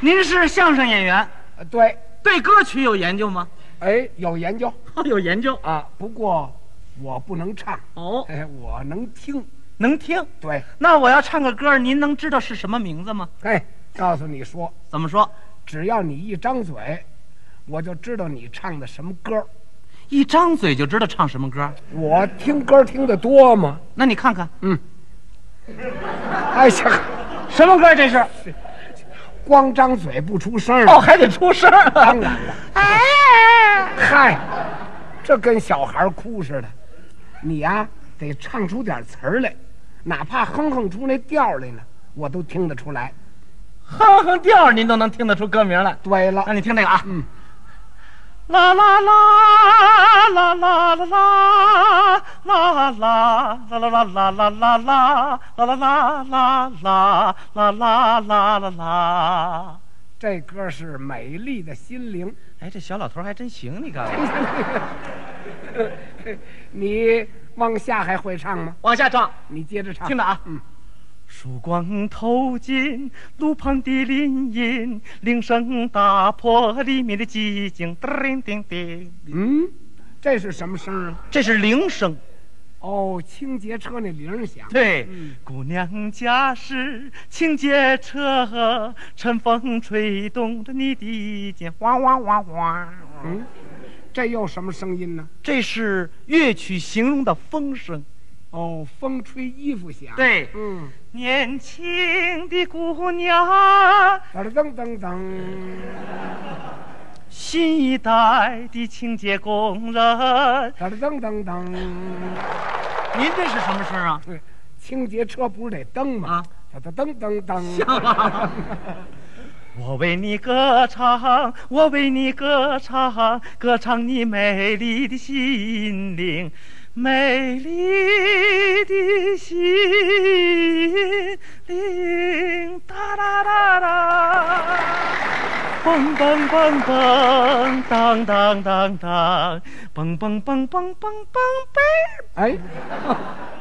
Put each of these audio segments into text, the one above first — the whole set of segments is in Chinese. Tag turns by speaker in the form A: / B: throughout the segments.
A: 您是相声演员，
B: 呃对，
A: 对歌曲有研究吗？
B: 哎，有研究
A: 哦有研究
B: 啊，不过我不能唱，
A: 哦，
B: 哎，我能听。
A: 能听。
B: 对，
A: 那我要唱个歌，您能知道是什么名字吗？
B: 哎，告诉你说，
A: 怎么说？
B: 只要你一张嘴，我就知道你唱的什么歌。
A: 一张嘴就知道唱什么歌？
B: 我听歌听得多吗？
A: 那你看看，
B: 哎呀，
A: 什么歌这是？
B: 光张嘴不出声儿。
A: 哦，还得出声儿。哎
B: 当然了，嗨，这跟小孩哭似的，你呀、得唱出点词儿来，哪怕哼哼出那调儿来呢，我都听得出来。
A: 哼哼调儿您都能听得出歌名来。
B: 对了
A: 那，你听这个啊，嗯，啦啦啦啦啦啦啦啦啦啦啦啦啦啦啦啦啦啦啦啦啦啦啦啦啦啦。
B: 这歌是《美丽的心灵》。
A: 哎，这小老头还真行，你看。
B: 你往下还会唱吗？
A: 往下唱，
B: 你接着唱。
A: 听着啊。曙光透进路旁的林荫，铃声打破里面的寂静，叮叮叮。
B: 嗯，这是什么声儿啊？
A: 这是铃声。
B: 哦，清洁车那铃儿响。
A: 对，姑娘家是清洁车，晨风吹动着你的衣襟，哇哇哇哇。
B: 嗯，这又什么声音呢？
A: 这是乐曲形容的风声。
B: 哦，风吹衣服响。，
A: 对，
B: 嗯，
A: 年轻的姑娘，
B: 噔噔噔噔，
A: 新一代的清洁工人。
B: 噔噔噔噔。
A: 您这是什么声啊？
B: 对，清洁车不是得蹬吗？
A: 啊，
B: 噔噔噔噔
A: 像啊我为你歌唱，我为你歌唱，歌唱你美丽的心灵，美丽的心灵，哒哒哒哒，蹦蹦蹦蹦，当当当当，蹦蹦蹦蹦蹦蹦蹦，
B: 哎，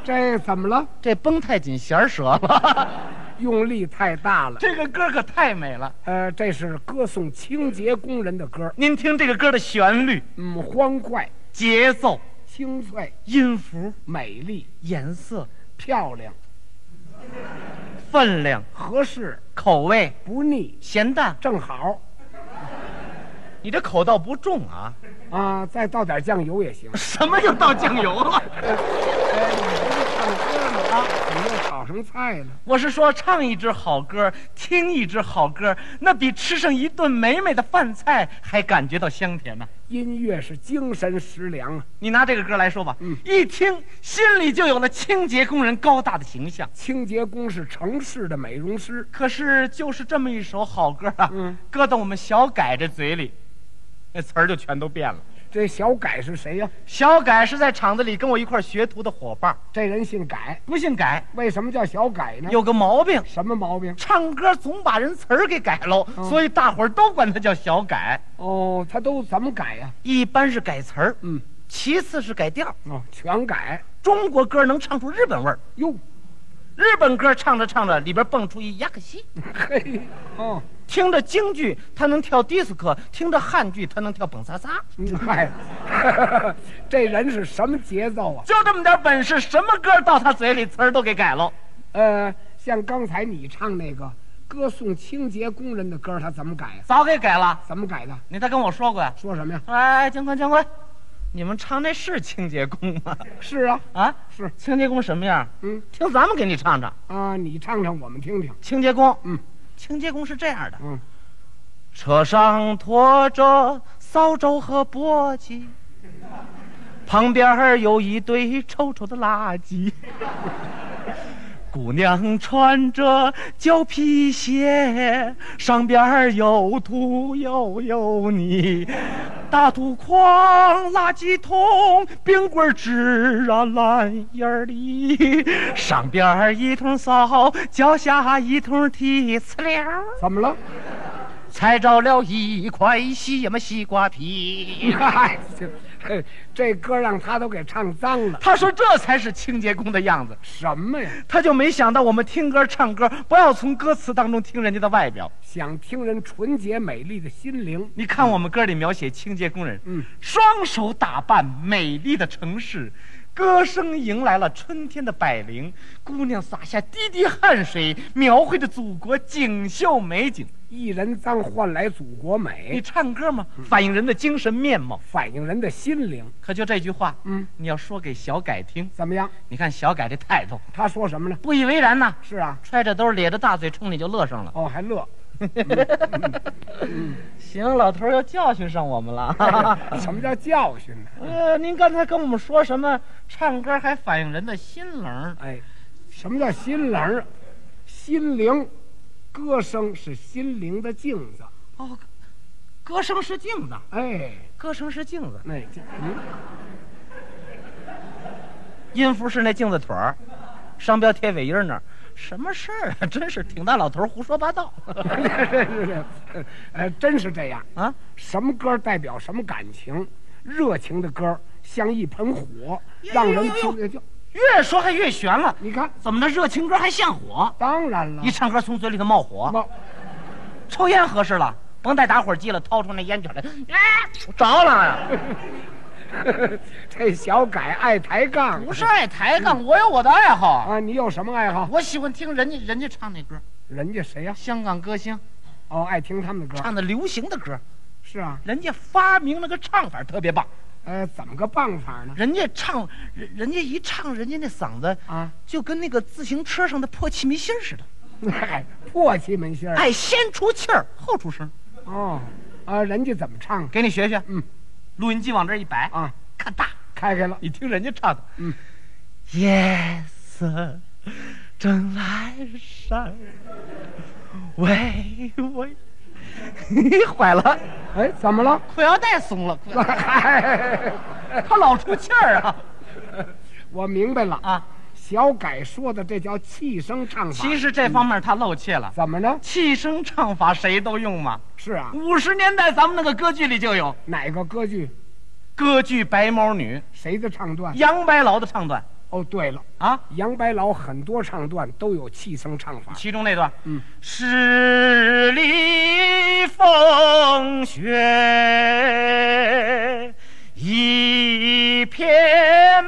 B: 这怎么了？
A: 这绷太紧，弦儿折了。
B: 用力太大了。
A: 这个歌可太美了，
B: 呃，这是歌颂清洁工人的歌。
A: 您听这个歌的旋律、
B: 嗯，欢快、
A: 节奏、
B: 清脆、
A: 音符、
B: 美丽、
A: 颜色。
B: 漂亮、
A: 分量、
B: 合适、
A: 口味、
B: 不腻，
A: 咸淡，
B: 正好。
A: 你这口倒不重啊！
B: 啊，再倒点酱油也行。哎
A: 什么又倒酱油了？
B: 唱歌呢啊，怎么又炒上菜了？
A: 我是说，唱一支好歌，听一支好歌，那比吃上一顿美美的饭菜还感觉到香甜呢、
B: 音乐是精神食粮啊，
A: 你拿这个歌来说吧，
B: 嗯
A: 一听心里就有了清洁工人高大的形象。
B: 清洁工是城市的美容师。
A: 可是就是这么一首好歌啊，
B: 嗯
A: 搁到我们小改这嘴里，那词儿就全都变了。
B: 这小改是谁呀、
A: 小改是在厂子里跟我一块儿学徒的伙伴儿，嗯
B: 这人姓改，
A: 不信改，
B: 为什么叫小改呢？
A: 有个毛病。
B: 什么毛病？
A: 唱歌总把人词儿给改喽，
B: 嗯
A: 所以大伙儿都管他叫小改。
B: 哦，他都怎么改呀、
A: 一般是改词儿，
B: 嗯，
A: 其次是改调儿。
B: 哦，全改。
A: 中国歌能唱出日本味儿，
B: 哟，
A: 日本歌唱着唱着里边蹦出一雅克西。
B: 嘿，哦，
A: 听着京剧，他能跳迪斯科；听着汉剧，他能跳蹦撒撒。
B: 嗯嗨、哎， 这人是什么节奏啊？
A: 就这么点本事，什么歌到他嘴里词儿都给改喽。
B: 呃，像刚才你唱那个歌颂清洁工人的歌，他怎么改呀、
A: 早给改了。
B: 怎么改的？
A: 你他跟我说过呀、
B: 说什么呀？
A: 哎，江官江官，你们唱那是清洁工吗？
B: 是啊，
A: 啊，
B: 是
A: 清洁工什么样？
B: 嗯
A: 听咱们给你唱唱。
B: 啊，你唱唱我们听听。
A: 清洁工，
B: 嗯，
A: 清洁工是这样的，
B: 嗯，
A: 车上驮着扫帚和簸箕，旁边儿有一堆臭臭的垃圾。姑娘穿着胶皮鞋，上边儿有土又有泥，大土筐、垃圾桶、冰棍儿纸啊，烂眼儿里，上边儿一通扫，脚下一通踢，呲溜儿。
B: 怎么 了？
A: 踩着了一块西么西瓜皮。
B: 嗨，这嘿哎这歌让他都给唱脏了。
A: 他说这才是清洁工的样子，
B: 什么呀？
A: 他就没想到我们听歌唱歌，不要从歌词当中听人家的外表。
B: 想听人纯洁美丽的心灵。
A: 你看我们歌里描写清洁工人，
B: 嗯，
A: 双手打扮美丽的城市，歌声迎来了春天的百灵，姑娘洒下滴滴汗水，描绘着祖国锦绣美景。
B: 一人脏换来祖国
A: 你
B: 美，
A: 唱歌嘛，反映人的精神面貌。
B: 反映人的心灵。
A: 可就这句话，
B: 嗯，
A: 你要说给小改听，
B: 怎么样？
A: 你看小改这态度，
B: 他说什么呢？
A: 不以为然呐，
B: 是啊，
A: 揣着兜咧着大嘴冲你就乐上了。
B: 哦，还乐，
A: 行，老头儿要教训上我们了。
B: 什么叫教训呢？
A: 呃，您刚才跟我们说什么？唱歌还反映人的心灵儿。
B: 哎，什么叫心灵儿？心灵，歌声是心灵的镜子。
A: 哦，歌声是镜子，
B: 哎，
A: 歌声是镜子，
B: 那这嗯，
A: 音符是那镜子腿儿，商标贴尾音儿那儿。什么事儿啊？ 真是挺大老头儿胡说八道
B: 是是是，呃，真是这样。
A: 啊！
B: 什么歌代表什么感情？热情的歌像一盆火，
A: 呦
B: 让人
A: 呦呦
B: 听着就。
A: 越说还越悬了。
B: 你看，
A: 怎么着，热情歌还像火？
B: 当然了 哦
A: 一，唱歌从嘴里头冒火，
B: 冒
A: 抽烟合适了，甭带打火机了，掏出那烟卷来，哎，着了呀！
B: 这小改爱抬杠
A: 不是爱抬杠，我有我的爱好，
B: 啊！你有什么爱好？
A: 我喜欢听人家人家唱那歌，
B: 人家谁呀、
A: 香港歌星
B: 哦，爱听他们的歌。
A: 唱的流行的歌，
B: 是啊，
A: 人家发明那个唱法特别棒，
B: 呃，怎么个办法呢？
A: 人家唱，人人家一唱，人家那嗓子
B: 啊，
A: 就跟那个自行车上的破气门芯儿似的，
B: 哎，破气门芯儿。
A: 哎，先出气儿后出声，
B: 哦，啊，人家怎么唱
A: 给你学学。
B: 嗯，
A: 录音机往这儿一摆，
B: 啊？
A: 咔嗒，
B: 开开了，
A: 你听人家唱的，
B: 嗯，
A: 夜色正阑珊，喂喂， 坏了，
B: 哎，怎么了？
A: 裤腰带松了，裤腰
B: 哎
A: 他老出气儿啊
B: 我明白了，
A: 啊！
B: 小改说的这叫气声唱法。
A: 其实这方面他露怯了。
B: 怎么呢？
A: 气声唱法谁都用嘛，
B: 是啊，
A: 五十年代咱们那个歌剧里就有
B: 哪个歌剧
A: 歌剧《白毛女
B: 谁的唱》，段？
A: 杨白劳的唱段
B: 哦，对了，
A: 啊，
B: 杨白劳很多唱段都有气声唱法。
A: 其中那段，
B: 嗯，
A: 十里风雪一片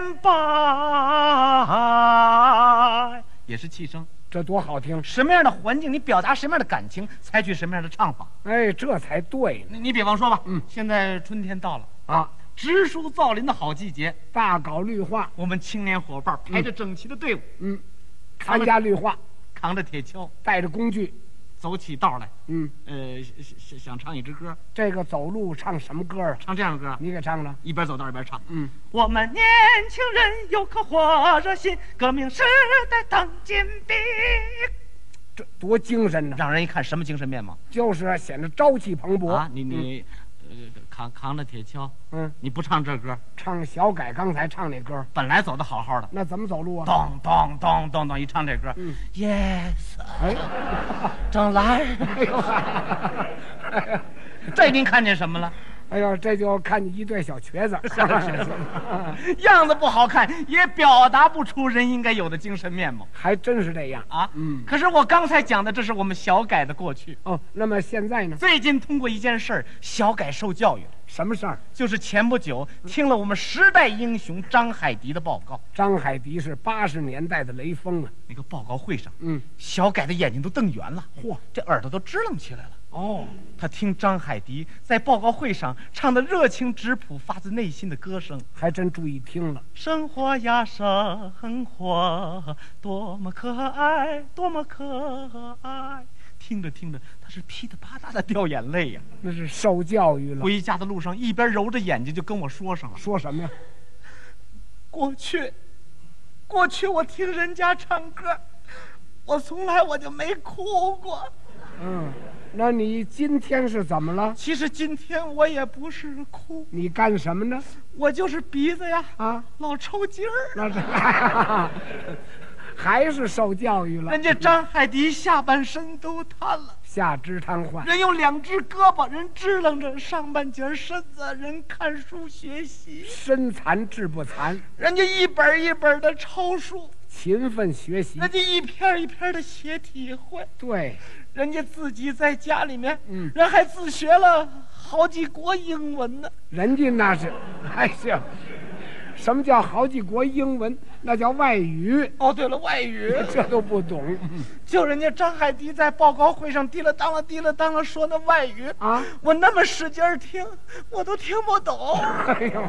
A: 白，也是气声。
B: 这多好听！
A: 什么样的环境，你表达什么样的感情，采取什么样的唱法。
B: 哎，这才对呢
A: 你你比方说吧，
B: 嗯
A: 现在春天到了，
B: 啊！
A: 植树造林的好季节，
B: 大搞绿化，
A: 我们青年伙伴排着整齐的队伍，
B: 嗯，
A: 他
B: 参
A: 们
B: 加绿化，
A: 扛着铁锹，
B: 带着工具，
A: 走起道来。
B: 嗯，
A: 呃，想想想唱一支歌，
B: 这个走路唱什么歌啊？
A: 唱这样的歌，
B: 你给唱唱。
A: 一边走道一边唱。
B: 嗯，
A: 我们年轻人有颗火热心，革命时代当金兵，
B: 这多精神呢！
A: 让人一看什么精神面貌
B: 就是啊显得朝气蓬勃
A: 啊！你你，呃，扛扛着铁锹，
B: 嗯，
A: 你不唱这歌，
B: 唱小改刚才唱那歌，
A: 本来走的好好的，
B: 那怎么走路啊？
A: 咚咚咚咚咚，一唱这歌
B: 嗯
A: ，Yes，
B: 哎，
A: 正来，
B: 哎呦，哎呀，
A: 这您看见什么了？
B: 哎呦，这就看你一对小瘸子，
A: 小瘸子样子不好看，也表达不出人应该有的精神面貌
B: 还真是这样。
A: 啊。
B: 嗯，
A: 可是我刚才讲的，这是我们小改的过去。
B: 哦，那么现在呢？
A: 最近通过一件事儿，小改受教育了，
B: 什么事儿？
A: 就是前不久听了我们时代英雄张海迪的报告。
B: 张海迪是八十年代的雷锋啊。
A: 那个报告会上，
B: 嗯，
A: 小改的眼睛都瞪圆了，
B: 嚯，
A: 这耳朵都支棱起来了。
B: 哦，
A: 他听张海迪在报告会上唱的热情质朴、发自内心的歌声。
B: 还真注意听了。
A: 生活呀，生活，多么可爱，多么可爱！听着听着，他是噼里啪啦的掉眼泪呀、
B: 那是受教育了。
A: 回家的路上，一边揉着眼睛就跟我说上了：“
B: 说什么呀？
A: 过去，过去我听人家唱歌，我从来我就没哭过。
B: 嗯，那你今天是怎么了？
A: 其实今天我也不是哭，
B: 你干什么呢？
A: 我就是鼻子呀，
B: 啊，
A: 老抽筋儿。
B: 那是， 还是受教育了
A: 人。家张海迪下半身都瘫了，
B: 下肢瘫痪，
A: 人用两只胳膊，人支棱着上半截身子，人看书学习，
B: 身残志不残，
A: 人家一本一本的抄书，
B: 勤奋学习
A: 人。家一篇一篇的写体会，
B: 对，
A: 人家自己在家里面，
B: 嗯
A: 人还自学了好几国英文呢。
B: 人家那是， 哎呀，什么叫好几国英文？那叫外语，
A: 哦，对了，外语，
B: 这都不懂
A: 就人家张海迪在报告会上滴了当了滴了当了说那外语，
B: 啊！
A: 我那么使劲儿听，我都听不懂。
B: 哎呦，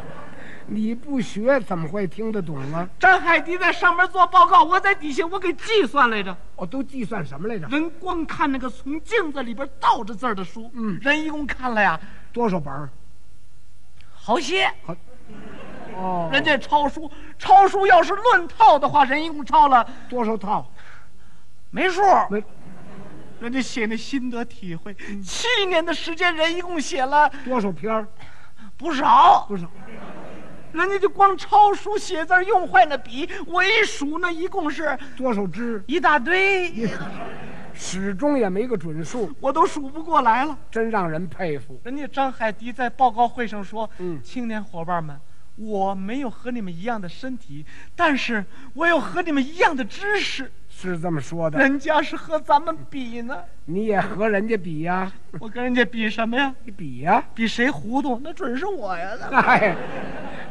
B: 你不学怎么会听得懂啊？
A: 张海迪在上面做报告，我在底下我给计算来着。
B: 我都计算什么来着？
A: 人光看那个从镜子里边倒着字儿的书，
B: 嗯
A: 人一共看了呀
B: 多少本儿？
A: 好些。
B: 哦，
A: 人家抄书，抄书要是论套的话，人一共抄了
B: 多少套？
A: 没数。
B: 没
A: 人家写那心得体会，七年的时间，人一共写了
B: 多少篇儿？
A: 不少。
B: 不是，
A: 人家就光抄书写字儿用坏那笔，我一数那一共是
B: 多少支？
A: 一大堆，
B: 始终也没个准数，
A: 我都数不过来了。
B: 真让人佩服。
A: 人家张海迪在报告会上说：“
B: 嗯
A: 青年伙伴们，我没有和你们一样的身体，但是我有和你们一样的知识。
B: 是这么说的，
A: 人家是和咱们比呢，
B: 你也和人家比呀、
A: 我跟人家比什么呀？
B: 你比呀、
A: 比谁糊涂，那准是我呀！那
B: 哎，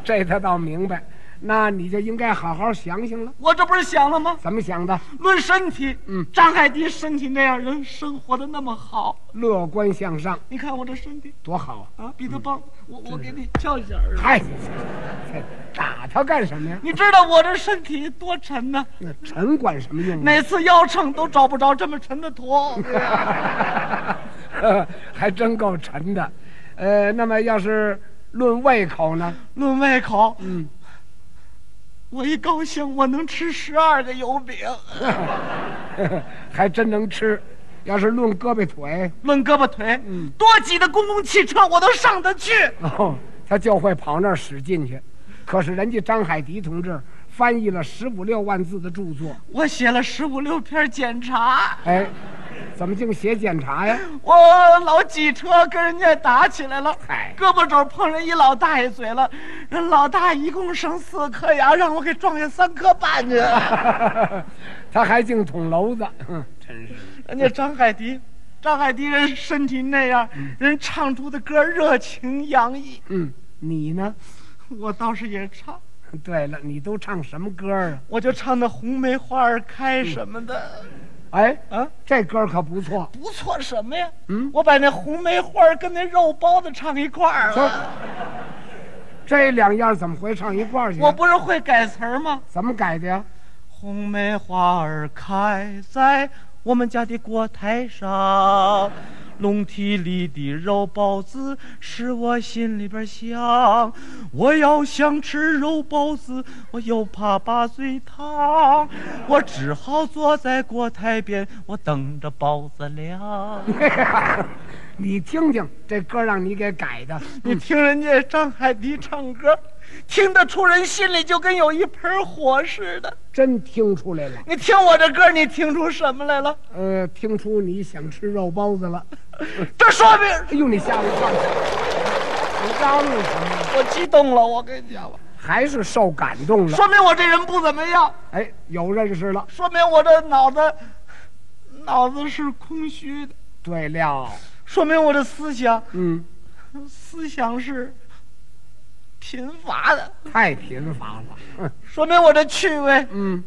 B: 这他倒明白，那你就应该好好想想了。
A: 我这不是想了吗？
B: 怎么想的？
A: 论身体，
B: 嗯
A: 张海迪身体那样，人生活的那么好，
B: 乐观向上，
A: 你看我这身体
B: 多好啊！
A: 啊，比他棒。我我给你叫一下儿子。”
B: 嗨、打他干什么呀？
A: 你知道我这身体多沉呢、
B: 那沉管什么用啊？
A: 哪次腰秤都找不着这么沉的驼。
B: 嗯 还真够沉的。呃，那么要是论胃口呢？
A: 论胃口，
B: 嗯，
A: 我一高兴，我能吃十二个油饼。
B: 还真能吃。要是论胳膊腿，
A: 论胳膊腿，
B: 嗯
A: 多挤的公共汽车我都上得去。
B: 哦，他就会跑那儿使劲去。可是人家张海迪同志翻译了十五六万字的著作，
A: 我写了十五六篇检查，
B: 哎，怎么净写检查 呀？
A: 我老挤车跟人家打起来了
B: 嗨，
A: 胳膊肘碰人一老大爷嘴了，人老大一共剩四颗牙，让我给撞下三颗半去。
B: 他还净捅娄子，哼真是
A: 人家张海迪，张海迪人身体那样，人唱出的歌热情洋溢，
B: 嗯， 你呢？
A: 我倒是也唱，
B: 对了，你都唱什么歌啊？
A: 我就唱那红梅花儿开什么的，
B: 哎，
A: 啊，
B: 这歌可不错。
A: 不错什么呀？
B: 嗯
A: 我把那红梅花儿跟那肉包子唱一块儿
B: 这
A: 了。
B: 这两样怎么会唱一块儿去啊？
A: 我不是会改词儿吗？
B: 怎么改的呀？
A: 红梅花儿开在我们家的锅台上，笼屉里的肉包子使我心里边想。我要想吃肉包子，我又怕把嘴烫，我只好坐在锅台边，我等着包子凉。
B: 你听听，这歌让你给改 的，
A: 你听人家张海迪唱歌，听得出人心里就跟有一盆火似的。
B: 真听出来了。
A: 你听我这歌，你听出什么来了？
B: 呃，听出你想吃肉包子了。
A: 这说明
B: 哎呦，你吓我一跳！你嚷嚷什么呀？
A: 我激动了，我跟你讲吧，
B: 还是受感动了。
A: 说明我这人不怎么样，
B: 哎，有认识了。
A: 说明我这脑子脑子是空虚的，
B: 对了，
A: 说明我这思想
B: 嗯，
A: 思想是贫乏的，
B: 太贫乏了。哼
A: 说明我这趣味
B: 嗯，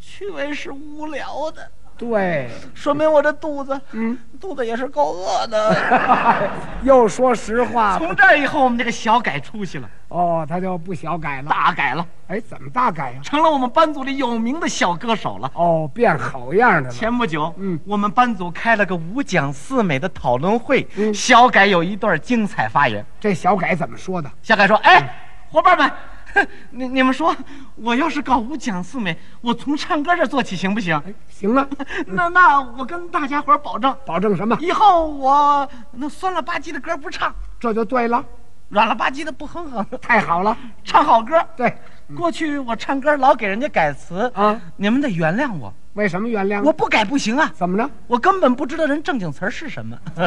A: 趣味是无聊的，
B: 对，
A: 说明我这肚子
B: 嗯，
A: 肚子也是够饿的。
B: 又说实话 了。
A: 从这以后，我们这个小改出息了，
B: 哦，他就不小改了。
A: 大改了，
B: 哎，怎么大改呀、
A: 成了我们班组里有名的小歌手了。
B: 哦，变好样的了。
A: 前不久，
B: 嗯
A: 我们班组开了个五讲四美的讨论会，
B: 嗯
A: 小改有一段精彩发言。
B: 这小改怎么说的？
A: 小改说：“
B: 嗯
A: 哎，伙伴们， 哼你你们说，我要是搞五讲四美，我从唱歌这做起行不行？
B: 哎，行了，
A: 那那我跟大家伙儿保证，
B: 保证什么？
A: 以后我那酸了吧唧的歌不唱，
B: 这就对了，
A: 软了吧唧的不哼哼，
B: 太好了。
A: 唱好歌。
B: 对，
A: 过去我唱歌老给人家改词
B: 嗯啊，
A: 你们得原谅我，
B: 为什么原谅？
A: 我不改不行啊，
B: 怎 么呢？
A: 我根本不知道人正经词儿是什么。
B: 啊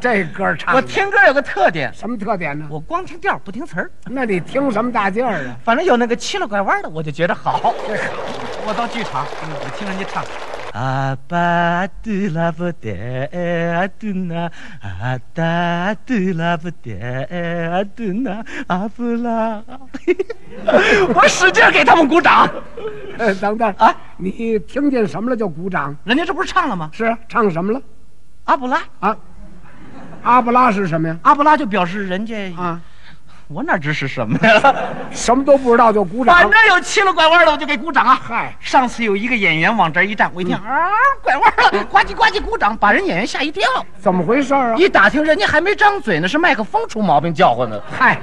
B: 这歌唱的
A: 我听歌有个特点，
B: 什么特点呢？
A: 我光听调儿不听词儿，
B: 那你听什么大劲儿 啊？
A: 反正有那个七了拐弯的，我就觉得好。
B: 这
A: 我到剧场，嗯我听人家唱。阿巴杜拉布德阿杜那，阿达杜拉布德阿杜那，阿布拉。 我使劲给他们鼓掌。
B: 呃等等
A: 啊，
B: 你听见什么了就鼓掌？
A: 人家这不是唱了吗？
B: 是啊唱什么了？
A: 阿布拉，
B: 啊，阿布拉是什么呀？
A: 阿布拉就表示人家，
B: 啊，
A: 我哪知是什么呀？
B: 什么都不知道就鼓
A: 反
B: 掌。
A: 正有七了拐弯的，我就给鼓掌啊！
B: 嗨
A: 上次有一个演员往这儿一站，我一听、啊，拐弯了，呱唧呱唧鼓掌，把人演员吓一跳。
B: 怎么回事儿 啊？
A: 一打听，人家还没张嘴呢，是麦克风出毛病叫 唤呢。
B: 嗨，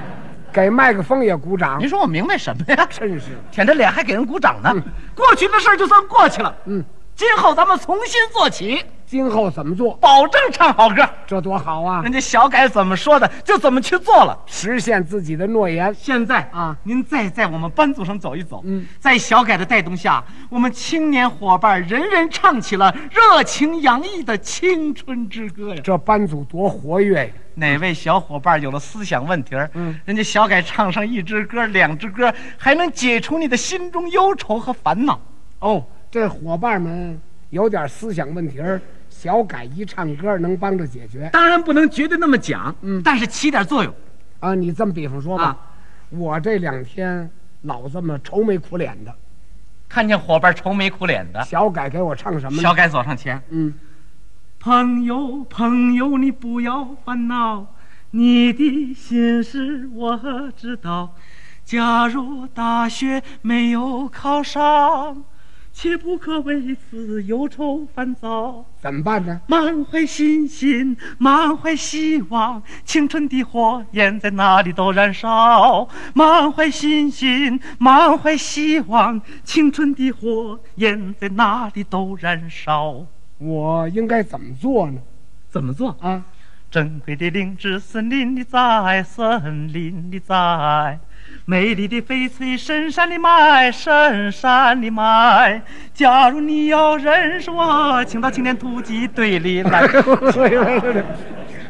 B: 给麦克风也鼓掌
A: 您，说我明白什么呀？
B: 真是
A: 舔着脸还给人鼓掌呢。
B: 嗯
A: 过去的事儿就算过去了，
B: 嗯，
A: 今后咱们重新做起，
B: 今后怎么做？
A: 保证唱好歌。
B: 这多好啊！
A: 人家小改怎么说的，就怎么去做了。
B: 实现自己的诺言。
A: 现在
B: 啊
A: 您再在我们班组上走一走，
B: 嗯，
A: 在小改的带动下，我们青年伙伴人人唱起了热情洋溢的青春之歌呀。
B: 这班组多活跃呀！
A: 哪位小伙伴有了思想问题儿，
B: 嗯
A: 人家小改唱上一支歌、两支歌，还能解除你的心中忧愁和烦恼。
B: 哦，这伙伴们有点思想问题儿，小改一唱歌能帮着解决
A: 当然不能绝对那么讲，
B: 嗯
A: 但是起点作用。
B: 啊。你这么比方说吧，
A: 啊
B: 我这两天老这么愁眉苦脸的，
A: 看见伙伴愁眉苦脸的，
B: 小改给我唱什么呢？
A: 啊小改走上前，
B: 嗯，
A: 朋友，朋友，你不要烦恼，你的心事我知道。假如大学没有考上，切不可为此忧愁烦躁，
B: 怎么办呢？
A: 满怀信心，满怀希望，青春的火焰在哪里都燃烧。满怀信心，满怀希望，青春的火焰在哪里都燃烧。
B: 我应该怎么做呢？
A: 怎么做？
B: 啊，
A: 珍贵的灵芝，森林的栽，森林的栽；美丽的翡翠，深山的麦，深山的麦。假如你要认识我，请到青年突击队里来。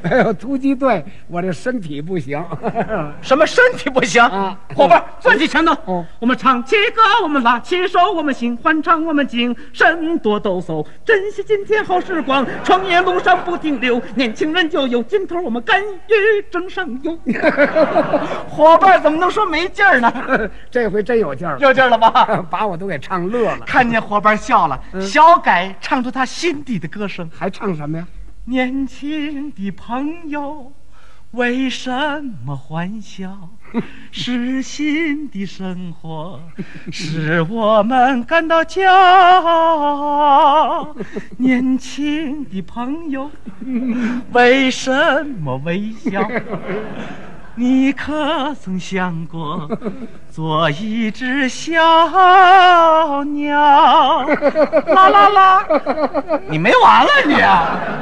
B: 哎呦，突击队，我这身体不行。
A: 什么身体不行？
B: 啊
A: 伙伴，攥起嗯拳头。
B: 哦
A: 我们唱起歌，我们拉起手，我们心欢唱，我们精神多抖擞，珍惜今天好时光，创业路上不停留，年轻人就有劲头，我们敢于争上游。 伙伴怎么能说没劲儿 呢？
B: 这回真有劲儿了，
A: 有劲儿了吧？
B: 把我都给唱乐了。
A: 看见伙伴笑了，小改唱出他心底的歌声。
B: 还唱什么呀？
A: 年轻的朋友，为什么欢笑？是新的生活，使我们感到骄傲。年轻的朋友，为什么微笑？你可曾想过，做一只小鸟？啦啦啦！你没完了你、啊！